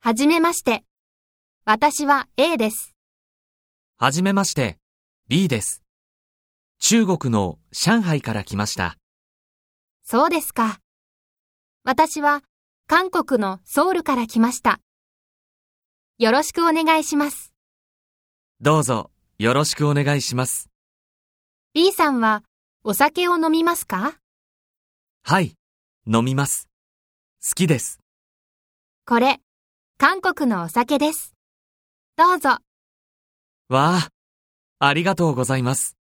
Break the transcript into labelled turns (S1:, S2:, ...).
S1: はじめまして。私は A です。
S2: はじめまして、B です。中国の上海から来ました。
S1: そうですか。私は韓国のソウルから来ました。よろしくお願いします。
S2: どうぞ、よろしくお願いします。
S1: B さんはお酒を飲みますか
S2: はい、飲みます。好きです。
S1: これ、韓国のお酒です。どうぞ。
S2: わあ、ありがとうございます。